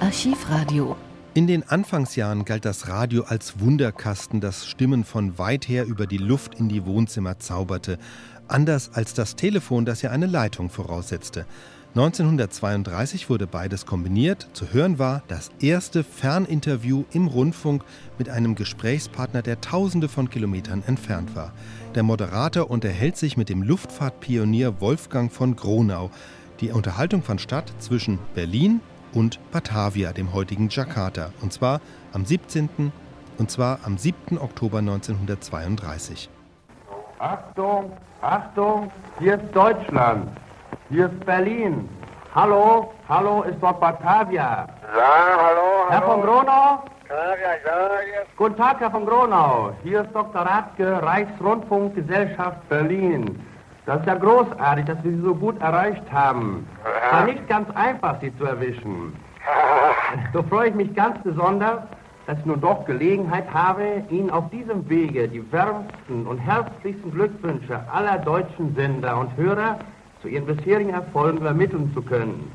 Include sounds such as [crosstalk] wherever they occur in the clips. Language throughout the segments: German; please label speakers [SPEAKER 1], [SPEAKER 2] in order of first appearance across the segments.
[SPEAKER 1] Archivradio.
[SPEAKER 2] In den Anfangsjahren galt das Radio als Wunderkasten, das Stimmen von weit her über die Luft in die Wohnzimmer zauberte. Anders als das Telefon, das ja eine Leitung voraussetzte. 1932 wurde beides kombiniert. Zu hören war das erste Ferninterview im Rundfunk mit einem Gesprächspartner, der tausende von Kilometern entfernt war. Der Moderator unterhält sich mit dem Luftfahrtpionier Wolfgang von Gronau. Die Unterhaltung fand statt zwischen Berlin und Batavia, dem heutigen Jakarta, und zwar am 17. und zwar am 7. Oktober 1932.
[SPEAKER 3] Achtung, Achtung, hier ist Deutschland. Hier ist Berlin. Hallo, hallo, ist dort Batavia.
[SPEAKER 4] Ja, hallo, hallo.
[SPEAKER 3] Herr von Gronau?
[SPEAKER 4] Ja, ja, ja, ja.
[SPEAKER 3] Guten Tag, Herr von Gronau. Hier ist Dr. Radke, Reichsrundfunkgesellschaft Berlin. Das ist ja großartig, dass wir Sie so gut erreicht haben. War nicht ganz einfach, Sie zu erwischen. So freue ich mich ganz besonders, dass ich nun doch Gelegenheit habe, Ihnen auf diesem Wege die wärmsten und herzlichsten Glückwünsche aller deutschen Sender und Hörer zu Ihren bisherigen Erfolgen übermitteln zu können.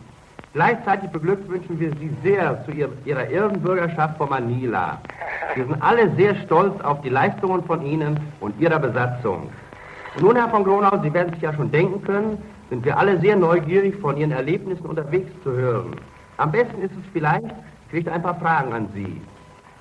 [SPEAKER 3] Gleichzeitig beglückwünschen wir Sie sehr zu ihr- Ihrer Ehrenbürgerschaft von Manila. Wir sind alle sehr stolz auf die Leistungen von Ihnen und Ihrer Besatzung. Und nun, Herr von Gronau, Sie werden sich ja schon denken können, sind wir alle sehr neugierig, von Ihren Erlebnissen unterwegs zu hören. Am besten ist es vielleicht, ich richte ein paar Fragen an Sie.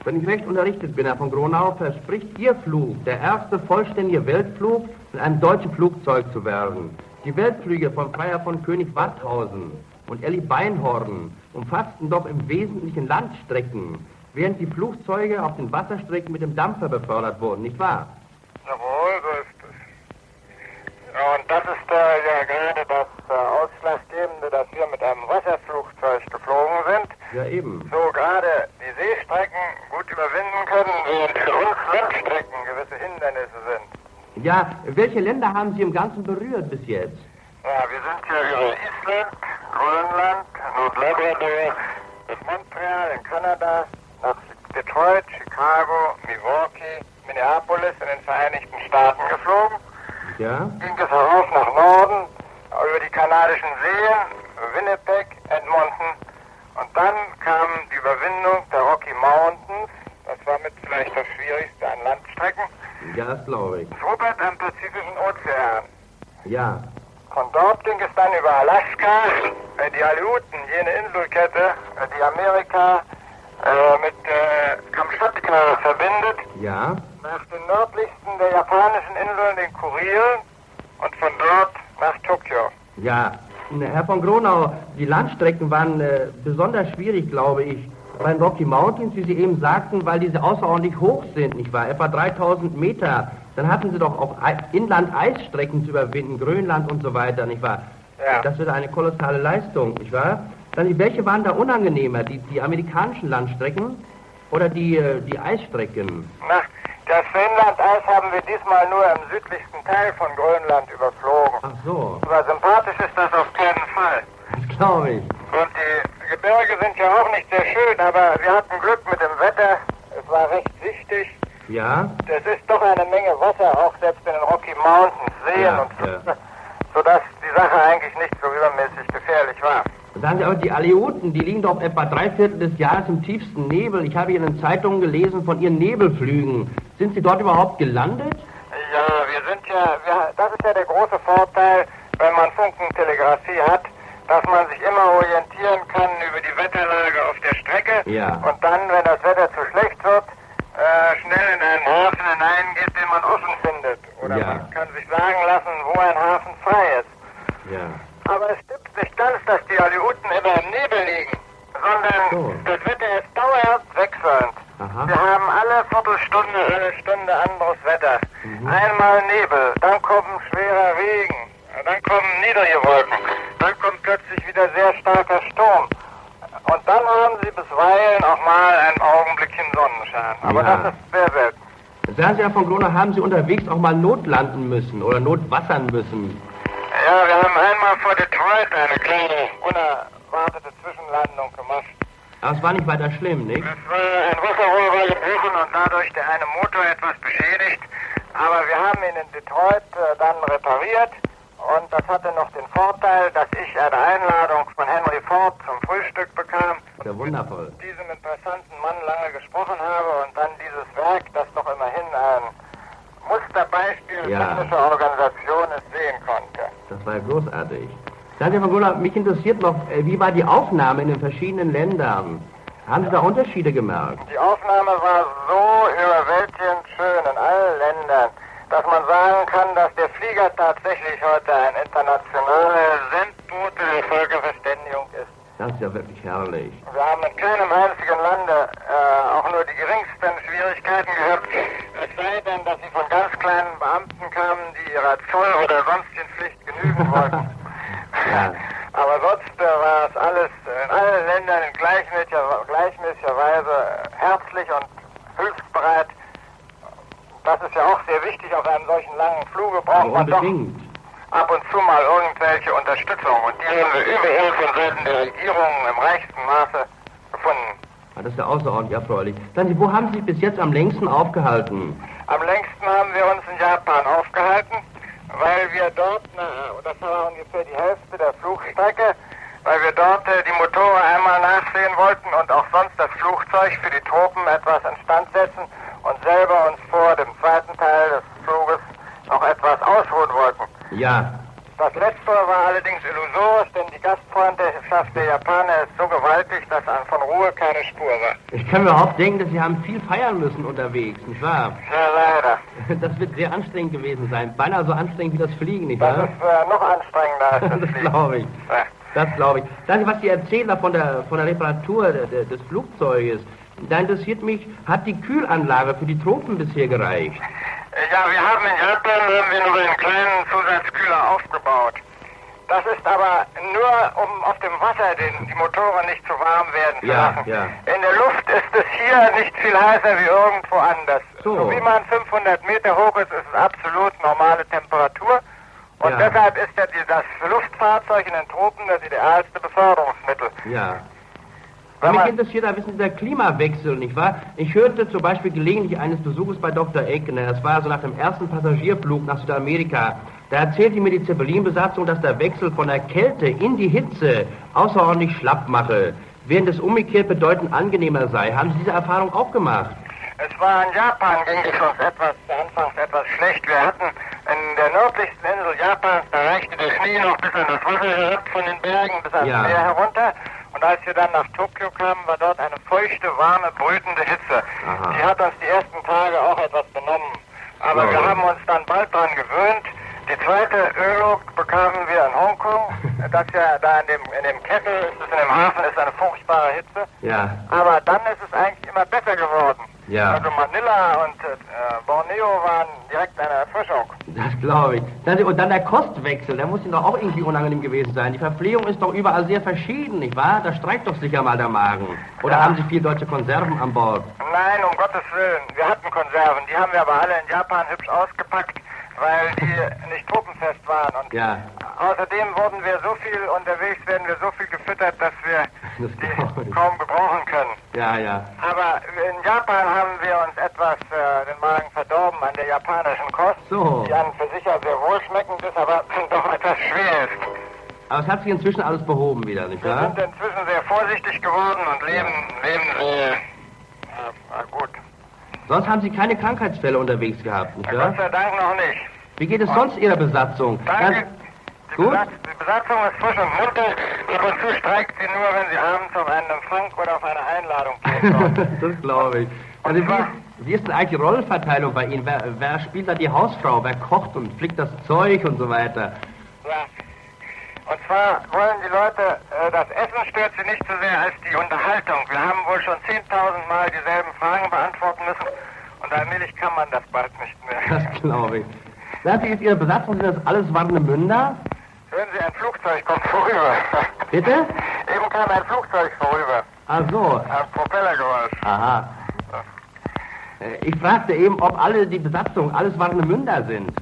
[SPEAKER 3] Wenn ich recht unterrichtet bin, Herr von Gronau, verspricht Ihr Flug, der erste vollständige Weltflug, mit einem deutschen Flugzeug zu werden. Die Weltflüge von Freier von König Warthausen und Elli Beinhorn umfassten doch im Wesentlichen Landstrecken, während die Flugzeuge auf den Wasserstrecken mit dem Dampfer befördert wurden, nicht wahr?
[SPEAKER 4] Jawohl, so ist es. Ja, Und das ist äh, ja gerade das äh, Ausschlaggebende, dass wir mit einem Wasserflugzeug geflogen sind,
[SPEAKER 3] Ja, eben.
[SPEAKER 4] so gerade die Seestrecken gut überwinden können, während [laughs] für uns Landstrecken gewisse Hindernisse sind.
[SPEAKER 3] Ja, welche Länder haben Sie im Ganzen berührt bis jetzt?
[SPEAKER 4] Ja, wir sind ja über Island, Grönland, Nordlabrador, bis Montreal in Kanada, nach Detroit, Chicago, Milwaukee, Minneapolis in den Vereinigten Staaten geflogen.
[SPEAKER 3] Ja?
[SPEAKER 4] ging es herauf nach Norden, über die Kanadischen Seen, Winnipeg, Edmonton. Und dann kam die Überwindung der Rocky Mountains. Das war mit vielleicht das Schwierigste an Landstrecken.
[SPEAKER 3] Ja, das glaube ich.
[SPEAKER 4] Rupert am Pazifischen Ozean.
[SPEAKER 3] Ja.
[SPEAKER 4] Von dort ging es dann über Alaska, äh, die Aleuten, jene Inselkette, äh, die Amerika äh, mit äh, Kamtschatka verbindet
[SPEAKER 3] Ja?
[SPEAKER 4] nach den nördlichsten der japanischen Inseln, den Kurilen, und von dort nach Tokio.
[SPEAKER 3] Ja, Herr von Gronau, die Landstrecken waren äh, besonders schwierig, glaube ich, bei den Rocky Mountains, wie Sie eben sagten, weil diese außerordentlich hoch sind, nicht wahr? Etwa 3000 Meter. Dann hatten Sie doch auch Ei- Inland-Eisstrecken zu überwinden, Grönland und so weiter, nicht wahr?
[SPEAKER 4] Ja.
[SPEAKER 3] Das wird eine kolossale Leistung, nicht wahr? Dann, welche waren da unangenehmer, die, die amerikanischen Landstrecken oder die, äh, die Eisstrecken?
[SPEAKER 4] Na, das Finnland-Eis haben wir diesmal nur im südlichsten Teil von Grönland überflogen.
[SPEAKER 3] Ach so, [laughs]
[SPEAKER 4] Aber sympathisch ist das auf keinen Fall.
[SPEAKER 3] das glaube ich.
[SPEAKER 4] Und die Gebirge sind ja auch nicht sehr schön, aber wir hatten Glück mit dem Wetter. Es war recht sichtig.
[SPEAKER 3] Ja?
[SPEAKER 4] Es ist doch eine Menge Wasser, auch selbst in den Rocky Mountains, Seen
[SPEAKER 3] Ja,
[SPEAKER 4] und Flüsse,
[SPEAKER 3] ja.
[SPEAKER 4] sodass die Sache eigentlich nicht so übermäßig gefährlich war.
[SPEAKER 3] Sagen Sie aber, die Aleuten, die liegen doch etwa drei Viertel des Jahres im tiefsten Nebel. Ich habe hier in den Zeitungen gelesen von Ihren Nebelflügen. Sind Sie dort überhaupt gelandet?
[SPEAKER 4] Ja, wir sind ja, wir, das ist ja der große Vorteil, wenn man Funkentelegrafie hat, dass man sich immer orientieren kann über die Wetterlage auf der Strecke
[SPEAKER 3] Ja.
[SPEAKER 4] und dann, wenn das Wetter zu schlecht wird, äh, schnell in einen Hafen hineingeht, den man offen findet. Oder
[SPEAKER 3] Ja.
[SPEAKER 4] man kann sich sagen lassen, wo ein Hafen frei ist.
[SPEAKER 3] Ja.
[SPEAKER 4] Aber es stimmt nicht ganz, dass die Aleuten immer im Nebel liegen, sondern
[SPEAKER 3] So.
[SPEAKER 4] das Wetter ist dauerhaft wechselnd.
[SPEAKER 3] Aha.
[SPEAKER 4] Wir haben alle Viertelstunde, alle Stunde anderes Wetter.
[SPEAKER 3] Mhm.
[SPEAKER 4] Einmal Nebel, dann kommt ein schwerer Regen, dann kommen niedrige Wolken, dann kommt plötzlich wieder sehr starker Sturm. Und dann haben sie bisweilen auch mal einen Augenblickchen Sonnenschein. Aber
[SPEAKER 3] Ja.
[SPEAKER 4] das ist sehr selten.
[SPEAKER 3] Sagen Sie, Herr von Gronau, haben Sie unterwegs auch mal notlanden müssen oder notwassern müssen?
[SPEAKER 4] Ja, wir haben einmal vor Detroit eine kleine, unerwartete Zwischenlandung gemacht.
[SPEAKER 3] Aber es war nicht weiter schlimm, nicht?
[SPEAKER 4] Es war ein Wasserrohr war gebrochen und dadurch der eine Motor etwas beschädigt. Aber wir haben ihn in Detroit äh, dann repariert und das hatte noch den Vorteil, dass ich eine Einladung von Henry Ford zum Frühstück bekam. Und
[SPEAKER 3] Ja, wundervoll.
[SPEAKER 4] mit diesem interessanten Mann lange gesprochen habe und dann dieses Werk, das doch immerhin ein Musterbeispiel
[SPEAKER 3] Ja.
[SPEAKER 4] technischer Organisation ist, sehen konnte.
[SPEAKER 3] Das war ja großartig. Sagen Sie, Frau Gunnar, mich interessiert noch, äh, wie war die Aufnahme in den verschiedenen Ländern? Haben Sie da Unterschiede gemerkt?
[SPEAKER 4] Die Aufnahme war so überwältigend schön in allen Ländern, dass man sagen kann, dass der Flieger tatsächlich heute ein internationales Sendboot der Völkerverständigung ist.
[SPEAKER 3] Das ist ja wirklich herrlich.
[SPEAKER 4] Wir haben in keinem einzigen Lande äh, auch nur die geringsten Schwierigkeiten gehabt. Es sei denn, dass sie von ganz kleinen Beamten kamen, die ihrer Zoll- oder sonstigen Pflicht genügen wollten.
[SPEAKER 3] Ja.
[SPEAKER 4] Aber sonst äh, war es alles in allen Ländern in gleichmäßiger, gleichmäßiger Weise äh, herzlich und hilfsbereit. Das ist ja auch sehr wichtig. Auf einem solchen langen Fluge braucht
[SPEAKER 3] Aber
[SPEAKER 4] man doch
[SPEAKER 3] Also unbedingt.
[SPEAKER 4] ab und zu mal irgendwelche Unterstützung. Und die haben wir überall von Seiten der Regierung im reichsten Maße gefunden.
[SPEAKER 3] Ah, Das ist ja außerordentlich erfreulich. Sagen Sie, wo haben Sie sich bis jetzt am längsten aufgehalten?
[SPEAKER 4] Am längsten haben wir uns in Japan aufgehalten, weil wir dort, na, das war ungefähr die Hälfte der Flugstrecke, weil wir dort äh, die Motoren einmal nachsehen wollten und auch sonst das Flugzeug für die Truppen etwas instand setzen und selber uns vor dem zweiten Teil des Fluges noch etwas ausruhen wollten.
[SPEAKER 3] Ja,
[SPEAKER 4] Das Letztere war allerdings illusorisch, denn die Gastfreundschaft der Japaner ist so gewaltig, dass an von Ruhe keine Spur war.
[SPEAKER 3] ich kann mir überhaupt denken, dass Sie haben viel feiern müssen unterwegs, nicht wahr? [laughs]
[SPEAKER 4] Ja, leider.
[SPEAKER 3] Das wird sehr anstrengend gewesen sein. Beinahe so anstrengend wie das Fliegen, nicht
[SPEAKER 4] Das
[SPEAKER 3] wahr? [laughs]
[SPEAKER 4] ist äh, noch anstrengender als das
[SPEAKER 3] Das
[SPEAKER 4] Fliegen.
[SPEAKER 3] glaube ich.
[SPEAKER 4] Ja.
[SPEAKER 3] Das glaube ich. Sagen Sie, was Sie erzählen da von der, von der Reparatur de, de, des Flugzeuges. Da interessiert mich, hat die Kühlanlage für die Tropen bisher gereicht?
[SPEAKER 4] Äh, Ja, wir haben in Japan haben wir nur einen kleinen Zusatzkühler aufgebaut. Das ist aber nur, um auf dem Wasser den, die Motoren nicht zu warm werden zu
[SPEAKER 3] Ja,
[SPEAKER 4] lassen.
[SPEAKER 3] ja.
[SPEAKER 4] In der Luft ist es hier nicht viel heißer wie irgendwo anders.
[SPEAKER 3] So.
[SPEAKER 4] wie man 500 Meter hoch ist, ist es absolut normale Temperatur. Und
[SPEAKER 3] Ja.
[SPEAKER 4] deshalb ist ja die, das Luftfahrzeug in den Tropen das idealste Beförderungsmittel.
[SPEAKER 3] Ja.
[SPEAKER 4] Wenn
[SPEAKER 3] Mich
[SPEAKER 4] man,
[SPEAKER 3] interessiert da, wissen Sie, der Klimawechsel, nicht wahr? Ich hörte zum Beispiel gelegentlich eines Besuches bei Dr. Eckner, das war so nach dem ersten Passagierflug nach Südamerika, da erzählte mir die Zeppelin-Besatzung, dass der Wechsel von der Kälte in die Hitze außerordentlich schlapp mache, während es umgekehrt bedeutend angenehmer sei. Haben Sie diese Erfahrung auch gemacht?
[SPEAKER 4] es war in Japan, ging es uns etwas, anfangs etwas schlecht. Wir hatten in der nördlichsten Insel Japans, da reichte der Schnee noch bis an das Wasser herab, von den Bergen bis ans
[SPEAKER 3] Ja.
[SPEAKER 4] Meer herunter. Und als wir dann nach Tokio kamen, war dort eine feuchte, warme, brütende Hitze.
[SPEAKER 3] Aha.
[SPEAKER 4] Die hat uns die ersten Tage auch etwas benommen. Aber
[SPEAKER 3] Ja.
[SPEAKER 4] wir haben uns dann bald daran gewöhnt. Die zweite Ölung bekamen wir in
[SPEAKER 3] [laughs]
[SPEAKER 4] Hongkong. Das ja da in dem, in dem Kessel, ist es in dem Hafen, ist eine furchtbare Hitze.
[SPEAKER 3] Ja.
[SPEAKER 4] Aber dann ist es eigentlich immer besser geworden.
[SPEAKER 3] Ja.
[SPEAKER 4] Also Manila und äh, Borneo waren direkt eine Erfrischung.
[SPEAKER 3] Das glaube ich. Dann, und dann der Kostwechsel, der muss Ihnen doch auch irgendwie unangenehm gewesen sein. Die Verpflegung ist doch überall sehr verschieden, nicht wahr? Da streikt doch sicher mal der Magen. Oder haben Sie viel deutsche Konserven an Bord?
[SPEAKER 4] Nein, um Gottes Willen. Wir hatten Konserven, die haben wir aber alle in Japan hübsch ausgepackt, weil
[SPEAKER 3] [laughs]
[SPEAKER 4] die nicht truppenfest waren. Und
[SPEAKER 3] Ja.
[SPEAKER 4] außerdem wurden wir so viel unterwegs, werden wir so viel gefüttert, dass wir
[SPEAKER 3] [laughs] Das glaub
[SPEAKER 4] die
[SPEAKER 3] ich.
[SPEAKER 4] kaum gebrauchen können.
[SPEAKER 3] Ja, ja.
[SPEAKER 4] Aber in Japan haben wir uns etwas äh, den Magen verdorben an der japanischen Kost,
[SPEAKER 3] So.
[SPEAKER 4] die an für sich ja sehr wohlschmeckend ist, aber [laughs] doch etwas schwer ist.
[SPEAKER 3] Aber es hat sich inzwischen alles behoben wieder, nicht
[SPEAKER 4] Wir
[SPEAKER 3] wahr?
[SPEAKER 4] sind inzwischen sehr vorsichtig geworden und leben, leben sehr äh, äh, gut.
[SPEAKER 3] Sonst haben Sie keine Krankheitsfälle unterwegs gehabt, nicht
[SPEAKER 4] Ja.
[SPEAKER 3] wahr?
[SPEAKER 4] Gott sei Dank noch nicht.
[SPEAKER 3] Wie geht es sonst Ihrer Besatzung?
[SPEAKER 4] Danke.
[SPEAKER 3] Ganz-
[SPEAKER 4] Die,
[SPEAKER 3] Gut.
[SPEAKER 4] Besatz, die Besatzung ist frisch und munter. Ab und zu streikt sie nur, wenn sie abends auf einen Empfang oder auf eine Einladung gehen
[SPEAKER 3] [laughs]
[SPEAKER 4] soll.
[SPEAKER 3] das glaube ich. Also
[SPEAKER 4] Und zwar-
[SPEAKER 3] wie, wie ist denn eigentlich die Rollenverteilung bei Ihnen? Wer, wer spielt da die Hausfrau? Wer kocht und flickt das Zeug und so weiter?
[SPEAKER 4] ja. Und zwar wollen die Leute, äh, das Essen stört sie nicht so sehr als die Unterhaltung. Wir haben wohl schon 10.000 Mal dieselben Fragen beantworten müssen und allmählich kann man das bald nicht mehr.
[SPEAKER 3] [laughs] Das glaube ich. Sagen Sie, ist Ihre Besatzung, sind das alles warme Münder?
[SPEAKER 4] Hören Sie, ein Flugzeug kommt vorüber. [laughs]
[SPEAKER 3] Bitte?
[SPEAKER 4] Eben kam ein Flugzeug vorüber.
[SPEAKER 3] Ach so.
[SPEAKER 4] Ein Propellergeräusch.
[SPEAKER 3] Aha. Äh, Ich fragte eben, ob alle die Besatzung, alles warme Münder sind.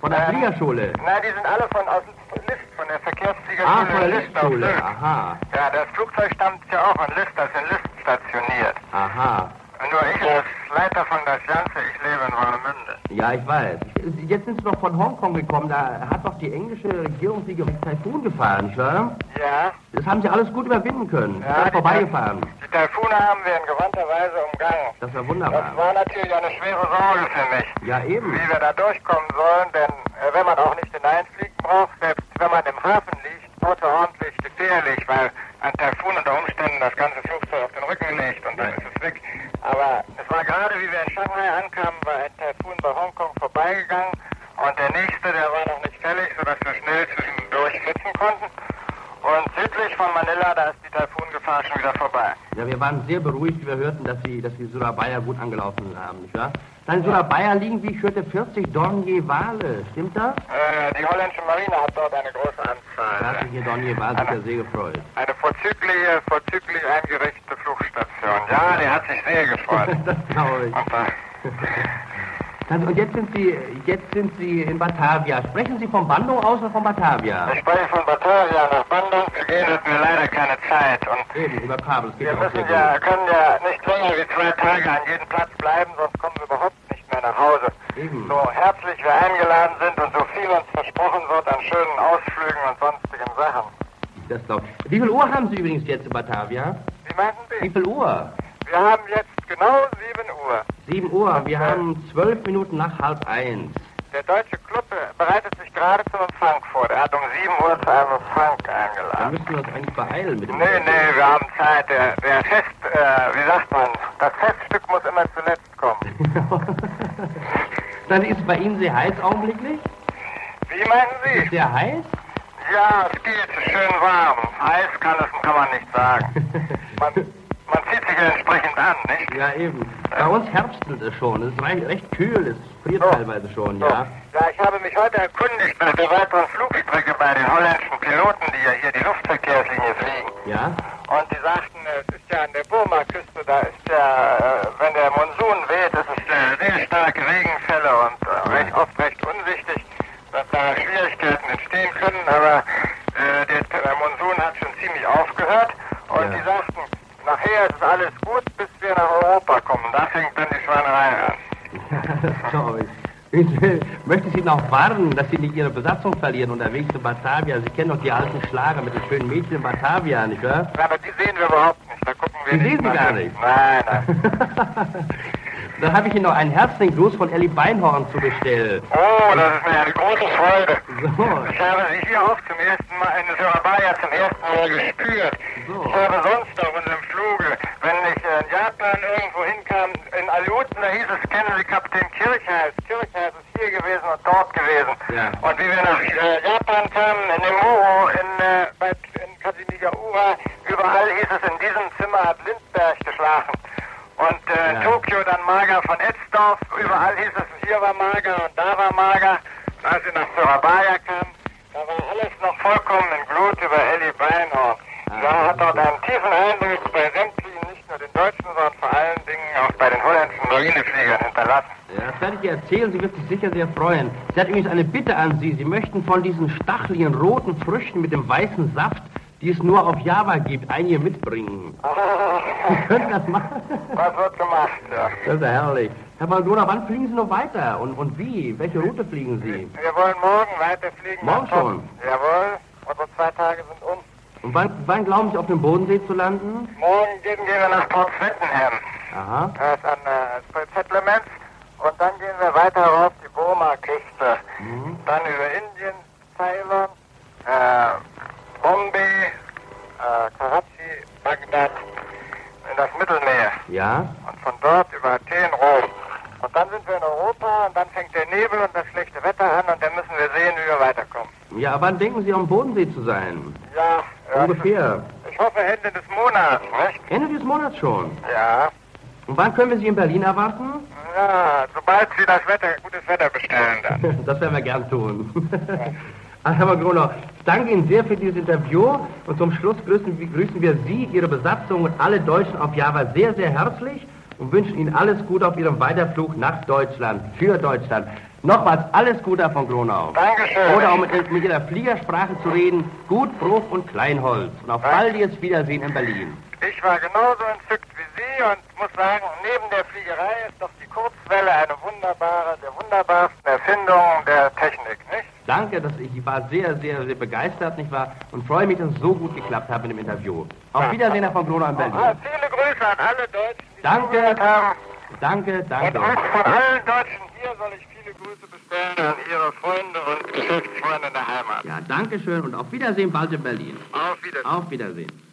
[SPEAKER 3] Von der
[SPEAKER 4] Ähm,
[SPEAKER 3] Fliegerschule.
[SPEAKER 4] Nein, die sind alle von aus List, von der Verkehrsfliegerschule
[SPEAKER 3] Ah, von der
[SPEAKER 4] List auf
[SPEAKER 3] Lichtschule.
[SPEAKER 4] Sylt.
[SPEAKER 3] Aha.
[SPEAKER 4] Ja, das Flugzeug stammt ja auch von List, das ist in List stationiert.
[SPEAKER 3] Aha.
[SPEAKER 4] Und nur ich als Leiter von das Ganze, ich lebe in Warnemünde.
[SPEAKER 3] Ja, ich weiß. Jetzt sind Sie doch von Hongkong gekommen. Da hat doch die englische Regierung Sie gegen Taifun gefahren, nicht wahr?
[SPEAKER 4] Ja,
[SPEAKER 3] Das haben Sie alles gut überwinden können.
[SPEAKER 4] Ja,
[SPEAKER 3] Ja,
[SPEAKER 4] die-
[SPEAKER 3] vorbeigefahren.
[SPEAKER 4] die Taifune haben wir in gewandter Weise umgangen.
[SPEAKER 3] Das war
[SPEAKER 4] Das
[SPEAKER 3] wunderbar.
[SPEAKER 4] war natürlich eine schwere Sorge für mich.
[SPEAKER 3] Ja, eben.
[SPEAKER 4] wie wir da durchkommen sollen, denn äh, wenn man auch nicht hineinfliegen braucht, selbst wenn man im Hafen liegt, wird er ordentlich gefährlich, weil ein Taifun unter Umständen das ganze Flugzeug auf den Rücken legt und dann ist es weg. Aber es war gerade, wie wir in Shanghai ankamen, war ein Taifun bei Hongkong vorbeigegangen und der nächste, der war noch nicht fällig, sodass wir schnell zwischendurch sitzen konnten. Und südlich von Manila, da ist die Taifungefahr schon wieder vorbei.
[SPEAKER 3] Ja, wir waren sehr beruhigt, wir hörten, dass Sie, dass Sie Surabaya gut angelaufen haben, nicht wahr? Da in Surabaya liegen, wie ich hörte, 40 Dornier-Wale. Stimmt das?
[SPEAKER 4] Äh, die holländische Marine hat dort eine große Anzahl.
[SPEAKER 3] Da hat sich hier Dornier-Wale sicher sehr gefreut.
[SPEAKER 4] Eine vorzügliche, vorzüglich eingerichtete Flugstation. Ja, der hat sich sehr gefreut.
[SPEAKER 3] [laughs] Das glaube ich.
[SPEAKER 4] Und, äh,
[SPEAKER 3] Dann- Und jetzt sind Sie, jetzt sind Sie in Batavia. Sprechen Sie von Bandung aus oder von Batavia?
[SPEAKER 4] ich spreche von Batavia nach Bandung. Zu gehen hat mir leider keine Zeit. Und
[SPEAKER 3] Eben, über Kabel, das geht
[SPEAKER 4] wir
[SPEAKER 3] auch sehr
[SPEAKER 4] müssen
[SPEAKER 3] gut.
[SPEAKER 4] ja, können ja nicht länger wie zwei Tage an jedem Platz bleiben, sonst kommen wir überhaupt nicht mehr nach Hause.
[SPEAKER 3] Eben.
[SPEAKER 4] So herzlich wir eingeladen sind und so viel uns versprochen wird an schönen Ausflügen und sonstigen Sachen.
[SPEAKER 3] Das glaube ich. Wie viel Uhr haben Sie übrigens jetzt in Batavia?
[SPEAKER 4] Wie meinten
[SPEAKER 3] Wie
[SPEAKER 4] Sie?
[SPEAKER 3] viel Uhr?
[SPEAKER 4] Wir haben jetzt genau 7 Uhr.
[SPEAKER 3] 7 Uhr. Wir haben zwölf Minuten nach halb eins.
[SPEAKER 4] Der deutsche Club äh, bereitet sich gerade zum Empfang vor. Er hat um 7 Uhr zu einem Empfang
[SPEAKER 3] Dann
[SPEAKER 4] eingeladen.
[SPEAKER 3] müssen wir uns eigentlich beeilen mit dem.
[SPEAKER 4] Nee, nee, wir haben Zeit. Der, der Fest, äh, wie sagt man, das Feststück muss immer zuletzt kommen.
[SPEAKER 3] Dann ist es bei Ihnen sehr heiß augenblicklich.
[SPEAKER 4] Wie meinen Sie?
[SPEAKER 3] Sehr heiß.
[SPEAKER 4] Ja, es geht schön warm. Heiß kann, es, kann man nicht sagen. Man, man zieht sich ja entsprechend an, nicht?
[SPEAKER 3] Ja, eben. Bei uns herbstelt es schon. Es ist recht, recht kühl. Es friert
[SPEAKER 4] So.
[SPEAKER 3] teilweise schon,
[SPEAKER 4] So.
[SPEAKER 3] ja.
[SPEAKER 4] ja, ich habe mich heute erkundigt nach der weiteren Flugstrecke bei den holländischen Piloten, die ja hier die Luftverkehrslinie fliegen.
[SPEAKER 3] Ja. [laughs]
[SPEAKER 4] Und die sagten, es ist ja an der Burma-Küste, da ist ja, äh, wenn der Monsun weht, ist es äh, sehr starke Regenfälle und äh, recht, oft recht unsichtig, dass da Schwierigkeiten entstehen können. Aber äh, der, der Monsun hat schon ziemlich aufgehört und
[SPEAKER 3] Ja.
[SPEAKER 4] die sagten, nachher ist alles gut, bis wir nach Europa kommen. Da fängt dann die Schweinerei an.
[SPEAKER 3] das glaube ich. Ich äh, möchte Sie noch warnen, dass Sie nicht Ihre Besatzung verlieren unterwegs in Batavia. Sie kennen doch die alten Schlager mit den schönen Mädchen in Batavia, nicht wahr?
[SPEAKER 4] Aber die sehen wir überhaupt nicht. Da gucken wir
[SPEAKER 3] Die sehen
[SPEAKER 4] nicht
[SPEAKER 3] Sie
[SPEAKER 4] nach.
[SPEAKER 3] gar nicht?
[SPEAKER 4] Nein,
[SPEAKER 3] [laughs]
[SPEAKER 4] nein.
[SPEAKER 3] Dann habe ich Ihnen noch einen herzlichen Gruß von Elli Beinhorn zugestellt.
[SPEAKER 4] Oh, das ist mir eine große Freude.
[SPEAKER 3] [laughs] So.
[SPEAKER 4] Ich habe sie hier auch zum ersten Mal in Surabaya zum ersten Mal gespürt.
[SPEAKER 3] So.
[SPEAKER 4] Ich habe sonst auf unserem Fluge, wenn ich äh, in Japan irgendwo hinkam, in Aluten, da hieß es, kennen Sie Kapitän Kirchheiß. Kirchheiß ist hier gewesen und dort gewesen.
[SPEAKER 3] Ja.
[SPEAKER 4] Und wie wir nach äh, Japan kamen, in Nemuro, in, äh, bei, in Kasimigaura, überall hieß es, in diesem Zimmer hat Lindbergh geschlafen. Und äh,
[SPEAKER 3] Ja.
[SPEAKER 4] Tokio, dann Mager von Etzdorf, überall hieß es, hier war Mager und da war Mager. Und als sie nach Surabaya kamen, da war alles noch vollkommen in Glut über Elli Beinhorn. Da hat dort einen tiefen Eindruck bei sämtlichen, nicht nur den Deutschen, sondern vor allen Dingen auch bei den holländischen Marinefliegern hinterlassen.
[SPEAKER 3] Ja, das werde ich ihr erzählen. Sie wird sich sicher sehr freuen. Sie hat übrigens eine Bitte an Sie. Sie möchten von diesen stacheligen roten Früchten mit dem weißen Saft, die es nur auf Java gibt, einige mitbringen. Sie können das machen.
[SPEAKER 4] Was wird gemacht? Ja.
[SPEAKER 3] [laughs] Das ist ja herrlich. Herr Mandona, wann fliegen Sie noch weiter? Und, und wie? Welche Route fliegen Sie?
[SPEAKER 4] Wir wollen morgen weiterfliegen.
[SPEAKER 3] Morgen
[SPEAKER 4] nach Top.
[SPEAKER 3] schon?
[SPEAKER 4] Jawohl, unsere zwei Tage sind um.
[SPEAKER 3] Und wann, wann glauben Sie, auf dem Bodensee zu landen?
[SPEAKER 4] Morgen gehen wir nach Port Swettenham.
[SPEAKER 3] Aha.
[SPEAKER 4] Das ist an äh, Settlements. Und dann gehen wir weiter rauf die Burma-Küste. Dann über Indien, Ceylon, äh, Bombay, äh, Karachi, Bagdad, in das Mittelmeer.
[SPEAKER 3] Ja?
[SPEAKER 4] Und von dort über Athen, Rom. Und dann sind wir in Europa und dann fängt der Nebel und das schlechte Wetter an und dann müssen wir sehen, wie wir weiterkommen.
[SPEAKER 3] Ja, wann denken Sie, am Bodensee zu sein?
[SPEAKER 4] Ja, ja,
[SPEAKER 3] Ungefähr.
[SPEAKER 4] Ich hoffe Ende des Monats, nicht?
[SPEAKER 3] Ende des Monats schon.
[SPEAKER 4] Ja.
[SPEAKER 3] Und wann können wir Sie in Berlin erwarten?
[SPEAKER 4] Ja, sobald Sie das Wetter, gutes Wetter bestellen
[SPEAKER 3] [laughs]
[SPEAKER 4] dann.
[SPEAKER 3] Das werden wir gern tun. [laughs] Ach, Herr Magruno, ich danke Ihnen sehr für dieses Interview und zum Schluss grüßen, grüßen wir Sie, Ihre Besatzung und alle Deutschen auf Java sehr, sehr herzlich und wünschen Ihnen alles Gute auf Ihrem Weiterflug nach Deutschland, für Deutschland. Nochmals alles Gute, Herr von Gronau.
[SPEAKER 4] Dankeschön.
[SPEAKER 3] Oder um mit, mit Ihrer Fliegersprache zu reden, gut, Bruch und Kleinholz. Und auf baldiges Wiedersehen in Berlin.
[SPEAKER 4] Ich war genauso entzückt wie Sie und muss sagen, neben der Fliegerei ist doch die Kurzwelle eine wunderbare, der wunderbare wunderbarsten Erfindungen der Technik, nicht?
[SPEAKER 3] Danke, dass ich, ich war sehr, sehr, sehr begeistert, nicht wahr? Und freue mich, dass es so gut geklappt hat mit dem Interview. Auf Wiedersehen, Herr von Gruner in Berlin.
[SPEAKER 4] Ah, viele Grüße an alle Deutschen, die
[SPEAKER 3] Danke.
[SPEAKER 4] zugehört haben.
[SPEAKER 3] Danke,
[SPEAKER 4] Und
[SPEAKER 3] danke.
[SPEAKER 4] auch von allen Deutschen hier soll ich viele Grüße bestellen an Ihre Freunde und Geschäftsfreunde in der Heimat.
[SPEAKER 3] Ja, danke schön und auf Wiedersehen bald in Berlin.
[SPEAKER 4] Auf Wiedersehen.
[SPEAKER 3] Auf Wiedersehen.